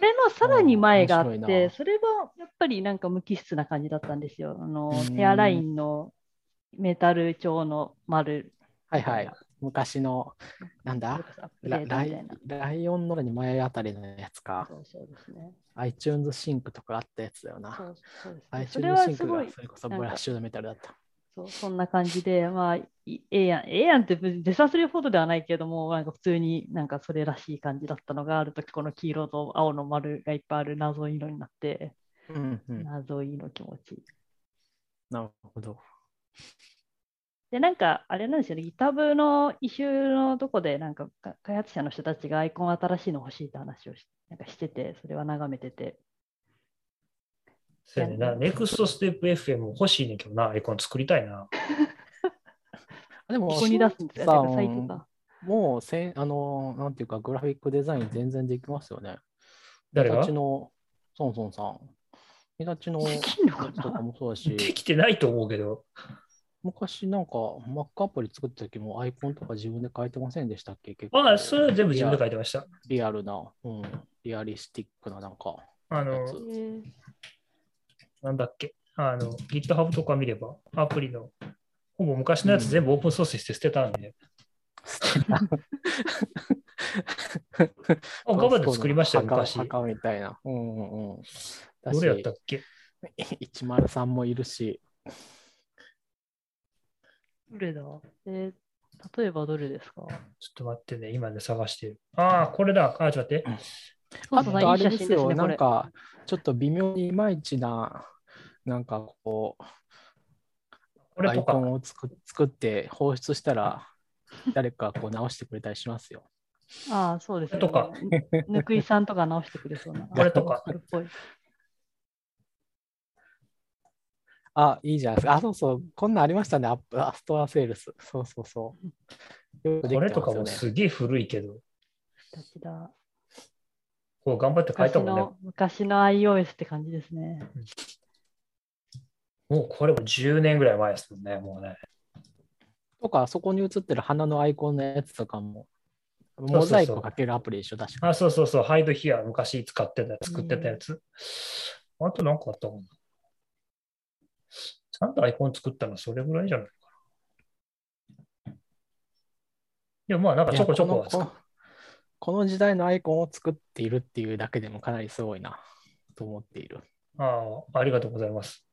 [SPEAKER 4] れのさらに前があ
[SPEAKER 1] 面白
[SPEAKER 4] っ
[SPEAKER 1] い
[SPEAKER 4] て、
[SPEAKER 1] な
[SPEAKER 4] それはやっぱりなんか無機質な感じだったんですよ。あの
[SPEAKER 1] う、ん
[SPEAKER 4] ヘアラインのメタル調の丸。
[SPEAKER 1] はいはい。昔の、なんだ
[SPEAKER 4] アップデ
[SPEAKER 1] ラ
[SPEAKER 4] ート
[SPEAKER 1] ラ
[SPEAKER 4] みたい
[SPEAKER 1] イ
[SPEAKER 4] な。
[SPEAKER 1] ライオンの前あたりのやつか。
[SPEAKER 4] そうそうですね。
[SPEAKER 1] iTunes シンクとかあったやつだよ
[SPEAKER 4] そ
[SPEAKER 1] な。
[SPEAKER 4] うそうですね。それ
[SPEAKER 1] iTunes シ
[SPEAKER 4] は
[SPEAKER 1] ン
[SPEAKER 4] す
[SPEAKER 1] ク
[SPEAKER 4] ご
[SPEAKER 1] が
[SPEAKER 4] い
[SPEAKER 1] それこそ
[SPEAKER 4] なんか
[SPEAKER 1] ブラッシュドメタルだった。
[SPEAKER 4] そう、そんな感じで、まあ、いええやん、ええやんって、別にデサするほどではないけれども、なんか普通になんかそれらしい感じだったのが、ある時この黄色と青の丸がいっぱいある謎色になって、
[SPEAKER 1] うんうん、
[SPEAKER 4] 謎色気持ち。
[SPEAKER 1] なるほど。
[SPEAKER 4] で、なんかあれなんですよね、GitHub の異臭のとこで、なんかか開発者の人たちがアイコン新しいの欲しいって話をしなんかしてて、それは眺めてて、
[SPEAKER 2] そうやねんな。ネクストステップ FM 欲しいねんけどな、アイコン作りたいな。
[SPEAKER 1] でも、
[SPEAKER 4] ここに出すんですよ、
[SPEAKER 1] さ
[SPEAKER 4] なんかサイトが。
[SPEAKER 1] もうせん、あの、なんていうか、グラフィックデザイン全然できますよね。
[SPEAKER 2] 誰
[SPEAKER 1] イ
[SPEAKER 2] が
[SPEAKER 1] タチの、ソンソンさん。イタチの
[SPEAKER 4] で
[SPEAKER 1] や
[SPEAKER 4] きんのか
[SPEAKER 1] つとか
[SPEAKER 4] な
[SPEAKER 1] もそうだ
[SPEAKER 2] で
[SPEAKER 1] し、
[SPEAKER 2] きてないと思うけど、
[SPEAKER 1] 昔なんか Mac アプリ作った時もアイコンとか自分で書いてませんでしたっけ結構
[SPEAKER 2] ああ、それは全部自分で書いてました。
[SPEAKER 1] リアルな、うん、リアリスティックななん か。
[SPEAKER 2] あ
[SPEAKER 1] や
[SPEAKER 2] の
[SPEAKER 1] つ、
[SPEAKER 2] なんだっけ、あの、GitHub とか見れば、アプリの、ほぼ昔のやつ全部オープンソースにして捨てたんで、あ、ガバで作りましたよ、
[SPEAKER 1] 墓
[SPEAKER 2] 昔。ど
[SPEAKER 1] 墓みたいな。うんうんうん。だ
[SPEAKER 2] れやったっ
[SPEAKER 1] し、
[SPEAKER 2] け
[SPEAKER 1] 103もいるし、
[SPEAKER 4] どれだえー例えばどれですか
[SPEAKER 2] ちょっと待ってね、今ね、探してる。ああ、これだ。あーちょっと待って。
[SPEAKER 1] あとあれで
[SPEAKER 4] いい写真
[SPEAKER 1] す
[SPEAKER 4] です
[SPEAKER 1] よ、
[SPEAKER 4] ねこ
[SPEAKER 1] な
[SPEAKER 4] れ
[SPEAKER 1] んか、ちょっと微妙にいまいちな、なんかこう、
[SPEAKER 2] これ
[SPEAKER 1] ア
[SPEAKER 2] と
[SPEAKER 1] イコ
[SPEAKER 2] か。
[SPEAKER 1] ンを作作って放出した ら、誰かこう直してくれたりしますよ。
[SPEAKER 4] ああ、そうですね。
[SPEAKER 2] とか
[SPEAKER 4] ぬ。ぬくいさんとか直してくれそう な。
[SPEAKER 2] これとか
[SPEAKER 4] それっぽい。
[SPEAKER 1] あ、いいじゃないですか。あ、そうそう、こんなんありましたね、アップアストアセールス。そうそうそう。よくで
[SPEAKER 2] こ
[SPEAKER 1] き
[SPEAKER 2] れ
[SPEAKER 1] て
[SPEAKER 2] と
[SPEAKER 1] ま
[SPEAKER 2] か
[SPEAKER 1] すよ
[SPEAKER 2] も
[SPEAKER 1] ね。
[SPEAKER 2] すげえ古いけど、
[SPEAKER 4] 私だ
[SPEAKER 2] こう頑張って書い
[SPEAKER 4] 昔
[SPEAKER 2] たもんね。
[SPEAKER 4] の、昔の iOS って感じですね。
[SPEAKER 2] もうこれも10年ぐらい前ですもんね、もうね。
[SPEAKER 1] とか、そこに映ってる花のアイコンのやつとかも、
[SPEAKER 2] うそう
[SPEAKER 1] モザイクかけるアプリでしょ、確か。
[SPEAKER 2] あ、そうそうそう、ハイドヒア、昔使ってた、作ってたやつ。あとなんかあったかな。ちゃんとアイコン作ったのそれぐらいじゃないかな。でもまあなんかちょこちょこは
[SPEAKER 1] こ
[SPEAKER 2] 作
[SPEAKER 1] の
[SPEAKER 2] っ
[SPEAKER 1] このこの時代のアイコンを作っているっていうだけでもかなりすごいなと思っている。
[SPEAKER 2] ああ、ありがとうございます。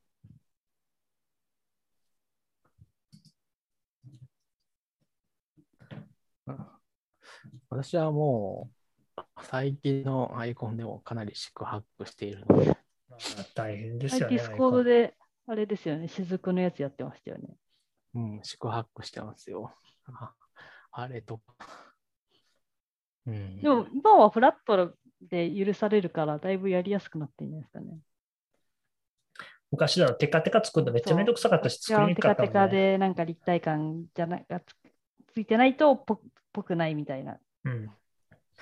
[SPEAKER 1] 私はもう最近のアイコンでもかなり四苦八苦しているので、
[SPEAKER 2] まあ大変で
[SPEAKER 4] は
[SPEAKER 2] す
[SPEAKER 4] い、デ
[SPEAKER 2] よね。
[SPEAKER 4] ィスコードで、あれですよね、雫のやつやってましたよね。
[SPEAKER 1] うん、四苦八苦してますよ。ああれとか。うん、
[SPEAKER 4] でも、今はフラットで許されるから、だいぶやりやすくなってんじゃないですかね。
[SPEAKER 2] 昔だのテカテカ作るのめっちゃめんどくさかったし、
[SPEAKER 4] そう
[SPEAKER 2] 作りにくかった
[SPEAKER 4] テカ
[SPEAKER 2] もん
[SPEAKER 4] テカ
[SPEAKER 2] ね。
[SPEAKER 4] で、なんか立体感じゃながつついてないとぽ、ぽくないみたいな
[SPEAKER 2] うん。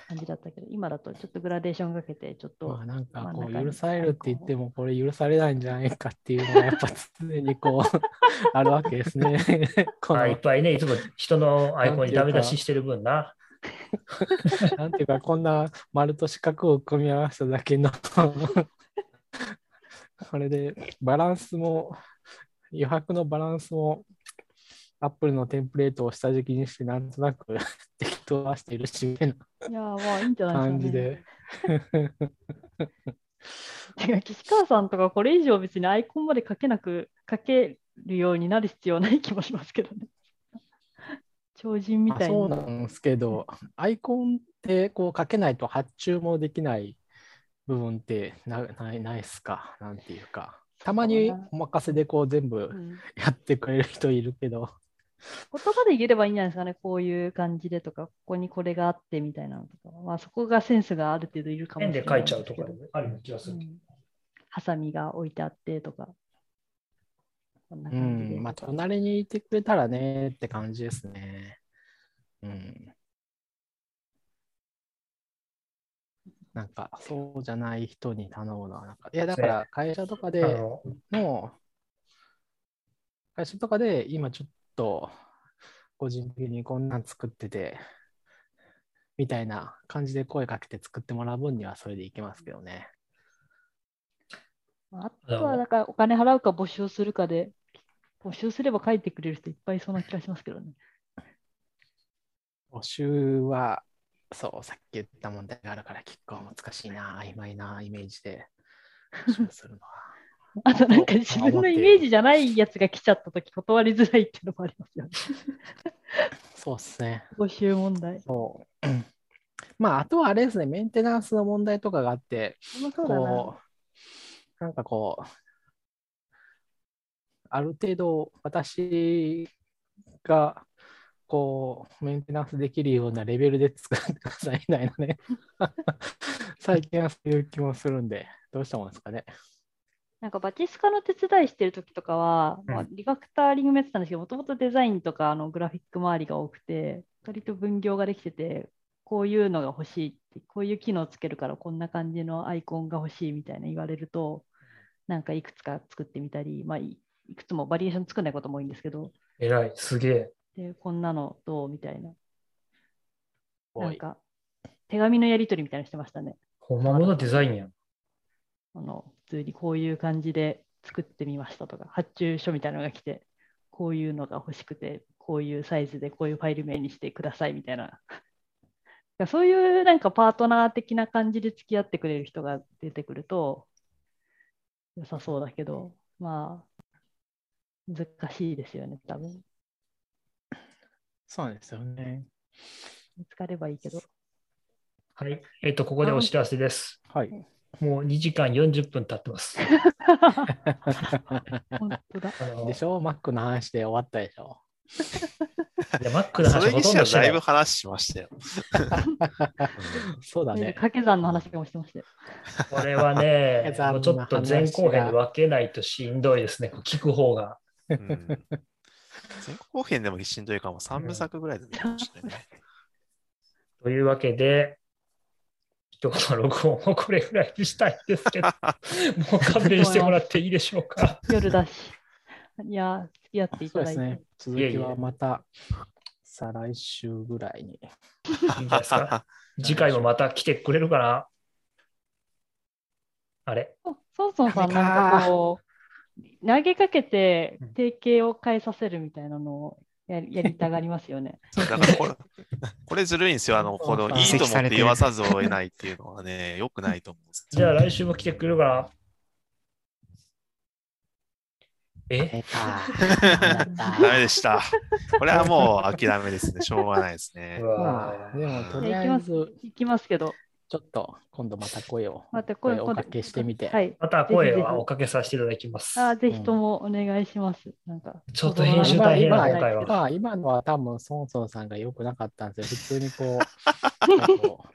[SPEAKER 4] 感じだったけど、今だとちょっとグラデーションかけて、ちょっと。
[SPEAKER 1] まあなんかこ
[SPEAKER 4] 真ん
[SPEAKER 1] う
[SPEAKER 4] 中に
[SPEAKER 1] 許されるって言ってもこれ許されないんじゃないかっていうのがやっぱ常にこう あるわけですね。 こ
[SPEAKER 2] あ
[SPEAKER 1] の
[SPEAKER 2] いっぱいね、いつも人のアイコンにダメ出ししてる分な。
[SPEAKER 1] なんていうか、こんな丸と四角を組み合わせただけの、それでバランスも、余白のバランスも、アップルのテンプレートを下敷きにして、なんとなく 適当化しているし、みたいない
[SPEAKER 4] やー、まあいいんじゃないですか、ね。
[SPEAKER 1] 感じで。
[SPEAKER 4] てか岸川さんとかこれ以上別にアイコンまで書けなく書けるようになる必要ない気もしますけどね。 超人み
[SPEAKER 1] まあ
[SPEAKER 4] たい
[SPEAKER 1] そうな
[SPEAKER 4] な。
[SPEAKER 1] んですけど、アイコンってこうかけないと発注もできない部分ってなないないっすか、なんていうか。たまにお任せでこう全
[SPEAKER 4] う
[SPEAKER 1] 部
[SPEAKER 4] ん
[SPEAKER 1] やってくれる人いるけど。
[SPEAKER 4] 言葉で言えればいいんじゃないですかね、こういう感じでとか、ここにこれがあってみたいなのとか、まあ、そこがセンスがある程度いるかも
[SPEAKER 2] ペン
[SPEAKER 4] しれ
[SPEAKER 2] で
[SPEAKER 4] な
[SPEAKER 2] 書
[SPEAKER 4] い
[SPEAKER 2] い
[SPEAKER 4] で
[SPEAKER 2] ち
[SPEAKER 4] す
[SPEAKER 2] ゃ
[SPEAKER 4] け
[SPEAKER 2] う
[SPEAKER 4] ど
[SPEAKER 2] とかねあるような気がする。
[SPEAKER 4] うんハサミが置いてあってとか、こんな
[SPEAKER 1] う
[SPEAKER 4] 感じで
[SPEAKER 1] ん、まあ、隣にいてくれたらねって感じですね。うん。なんか、そうじゃない人に頼むのは、なんか、いや、だから会社とか
[SPEAKER 2] あ
[SPEAKER 1] で
[SPEAKER 2] の
[SPEAKER 1] の、会社とかで今ちょっと、個人的にこんなん作ってて、みたいな感じで声かけて作ってもらう分にはそれでいけますけどね。
[SPEAKER 4] まああとはだからお金払うか募集するかで、募集すれば書いてくれる人いっぱいいそうな気がしますけどね。
[SPEAKER 1] 補修は、そう、さっき言った問題があるから結構難しいな、曖昧なイメージで補修するのは。
[SPEAKER 4] あとなんか自分のイメージじゃないやつが来ちゃったとき断りづらいっていうのもありますよね。
[SPEAKER 1] そうですね。
[SPEAKER 4] 募集問題。
[SPEAKER 1] そう。 まあ、あとはあれですね、メンテナンスの問題とかがあって、
[SPEAKER 4] そうだな
[SPEAKER 1] こう、なんかこう、ある程度私が、こう、メンテナンスできるようなレベルで作ってくださいみたいなね。 最近はそういう気もするんで、どうしたもんですかね。
[SPEAKER 4] なんかバチスカの手伝いしてるときとかは、
[SPEAKER 2] うん
[SPEAKER 4] まあ、リファクターリングもやってたんですけど、もともとデザインとかあのグラフィック周りが多くて、割と分業ができてて、こういうのが欲しいって、こういう機能つけるからこんな感じのアイコンが欲しいみたいな言われると、なんかいくつか作ってみたり、まあ、いいくつもバリエーション作らないことも多いんですけど、
[SPEAKER 2] 偉い、すげえ。
[SPEAKER 4] でこんなのどうみたいな、な
[SPEAKER 1] お
[SPEAKER 4] ん
[SPEAKER 1] い
[SPEAKER 4] か手紙のやり取りみたいなのしてましたね。
[SPEAKER 2] ほんまものデザインやん。
[SPEAKER 4] あの普通にこういう感じで作ってみましたとか、発注書みたいなのが来て、こういうのが欲しくて、こういうサイズでこういうファイル名にしてくださいみたいな。そういうなんかパートナー的な感じで付き合ってくれる人が出てくると良さそうだけど、まあ、難しいですよね、多分。
[SPEAKER 1] そうなんですよね。
[SPEAKER 4] 見つかればい いけど。
[SPEAKER 2] はい。えっ、と、ここでお知らせです。
[SPEAKER 1] はい。
[SPEAKER 2] もう2時間40分経ってます。
[SPEAKER 4] 本当だ。
[SPEAKER 2] あの
[SPEAKER 1] でしょマックの話で終わったでしょ
[SPEAKER 2] いやマックの
[SPEAKER 3] そ
[SPEAKER 2] 話
[SPEAKER 3] れ
[SPEAKER 2] ほ
[SPEAKER 3] に
[SPEAKER 2] と
[SPEAKER 3] し
[SPEAKER 2] ん
[SPEAKER 3] て
[SPEAKER 2] ど
[SPEAKER 3] は
[SPEAKER 2] してな
[SPEAKER 3] だいぶ
[SPEAKER 2] い。
[SPEAKER 3] 話しましたよ。
[SPEAKER 1] そうだね。、
[SPEAKER 4] 掛け算の話とかもしてましたよ。
[SPEAKER 2] これはね
[SPEAKER 1] 残念
[SPEAKER 2] もうちょっと前後編で分けないとしんどいですね。聞く方が。
[SPEAKER 3] うん前後編でもしんどいかも、3部作ぐらいで見てほしいね。
[SPEAKER 2] というわけで、今日の録音をこれぐらいにしたいんです けど、もう勘弁してもらっていいでしょうか。
[SPEAKER 4] 夜だし。いや、付き合ってい
[SPEAKER 1] そ
[SPEAKER 4] た
[SPEAKER 1] うで
[SPEAKER 4] だい
[SPEAKER 1] す
[SPEAKER 4] て。
[SPEAKER 1] ね。続
[SPEAKER 2] いえいえ
[SPEAKER 1] きはまた、再来週ぐらいに。
[SPEAKER 2] いいんじゃないです か次回もまた来てくれるかなあれ
[SPEAKER 4] そうそうそうさ
[SPEAKER 1] ダ
[SPEAKER 4] ん、
[SPEAKER 1] メか
[SPEAKER 4] なんかこう、投げかけて
[SPEAKER 2] うん
[SPEAKER 4] 提携を変えさせるみたいなのを やりやりたがりますよね。
[SPEAKER 3] そうだからこれ、これずるいんですよ。あの、この、いいと思って言わざずを得ないっていうの はね、良くないと思うんです
[SPEAKER 2] じゃあ来週も来てくれるかなえ
[SPEAKER 1] えか。
[SPEAKER 3] よ。ダメでした。これはもう諦めですね。しょうがないですね
[SPEAKER 2] う。
[SPEAKER 1] ま
[SPEAKER 2] わ
[SPEAKER 1] あ、でもと
[SPEAKER 4] じ
[SPEAKER 1] り
[SPEAKER 4] ゃあ
[SPEAKER 1] あえ
[SPEAKER 4] 行きます
[SPEAKER 1] ず、。
[SPEAKER 4] 行きますけど、
[SPEAKER 1] ちょっと今度また声を
[SPEAKER 4] また
[SPEAKER 1] 声
[SPEAKER 4] 声
[SPEAKER 1] をおかけしてみて
[SPEAKER 4] はい。
[SPEAKER 2] また声はおかけさせていただきます。
[SPEAKER 4] あぜひともお願いします。なんか、
[SPEAKER 2] ちょっと編集大変やな今回は
[SPEAKER 1] まあ、今のは多分、ソンソンさんが良くなかったんですよ。普通にこ う、あの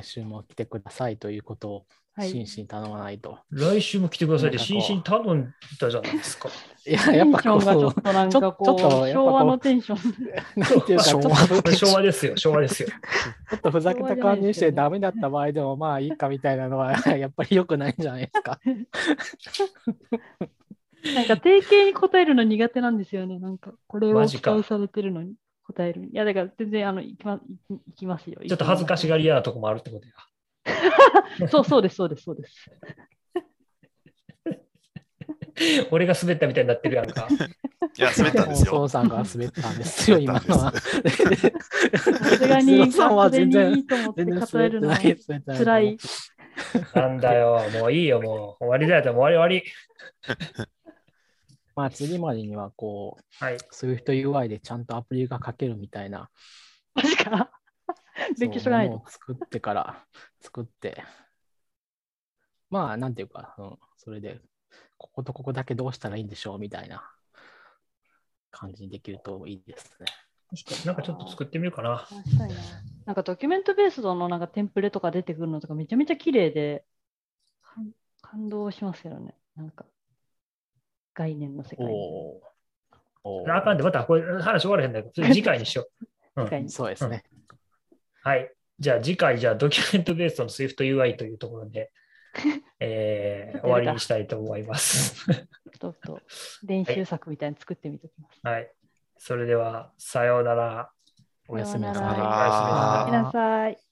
[SPEAKER 1] 来週も来てくださいということを、
[SPEAKER 4] はい
[SPEAKER 1] 真摯に頼まないと。
[SPEAKER 2] 来週も来てくださいって、
[SPEAKER 1] なんかこう
[SPEAKER 2] 心身頼んだじゃないですか。
[SPEAKER 1] い、 や、やっぱ
[SPEAKER 4] テン
[SPEAKER 1] こ
[SPEAKER 4] ションがちょっとなんかこう、
[SPEAKER 1] ちょちょっとやっぱこう
[SPEAKER 4] 昭和のテンション。
[SPEAKER 1] う、なん ていうか、ちょっと
[SPEAKER 2] 昭和昭和ですよ、昭和ですよ。
[SPEAKER 1] ちょっとふざけた感じにしてダメだった場合でもまあいいかみたいなのは やっぱり良くないんじゃないですか。
[SPEAKER 4] なんか、提携に答えるの苦手なんですよね。なんか、これを
[SPEAKER 2] マ
[SPEAKER 4] 期
[SPEAKER 2] ジか
[SPEAKER 4] 待されてるのに答える。いや、だから全然、あの、行きま行き行きますよ。
[SPEAKER 2] ちょっと恥ずかしがり屋なとこもあるってことや。
[SPEAKER 4] そうそうです、そうです、そうです。
[SPEAKER 2] 俺が滑ったみたいになってるやんか。
[SPEAKER 3] いや、滑ったんです
[SPEAKER 1] ソ
[SPEAKER 3] よ
[SPEAKER 1] ン。さんが滑ったんですよ、今のは。
[SPEAKER 4] さすがに、
[SPEAKER 1] さんは全
[SPEAKER 4] い
[SPEAKER 1] 然、
[SPEAKER 4] いと思っ て
[SPEAKER 1] 全然
[SPEAKER 4] 語
[SPEAKER 1] 滑っ
[SPEAKER 4] る
[SPEAKER 1] て
[SPEAKER 4] のは
[SPEAKER 1] ない。滑ってな
[SPEAKER 4] 辛い。。
[SPEAKER 2] なんだよ、もういいよ、もう終わりだよ、もう終わり終
[SPEAKER 1] まあ次までにはこう、
[SPEAKER 2] わり。はい。
[SPEAKER 1] SwiftUI でちゃんとアプリが書けるみたい な、
[SPEAKER 4] マジか。勉強しとかない
[SPEAKER 1] そうも
[SPEAKER 4] と。
[SPEAKER 1] のを作ってから、 作って、まあなんていうか、うん、それで、こことここだけどうしたらいいんでしょうみたいな感じにできるといいですね。
[SPEAKER 2] なんかちょっと作ってみるかな。
[SPEAKER 4] したいな。なんかドキュメントベースドのなんかテンプレとか出てくるのとかめちゃめちゃ綺麗で、感感動しますけどね。なんか、概念の世界。
[SPEAKER 1] おお
[SPEAKER 2] あかんで、またこれ話終わらへんだけど、それ次回にしよう。う
[SPEAKER 4] 世界
[SPEAKER 2] ん、
[SPEAKER 4] に
[SPEAKER 1] そうですね。
[SPEAKER 2] はい。じゃあ次回、じゃあドキュメントベースの SwiftUI というところで、えー終わりにしたいと思います。
[SPEAKER 4] ちょっと練習作みたいに作ってみておきます。
[SPEAKER 2] はい。それでは、さようなら。
[SPEAKER 1] おやすみなさ
[SPEAKER 4] さようなら
[SPEAKER 1] い。
[SPEAKER 2] おやすみなさい
[SPEAKER 4] い、きなさい。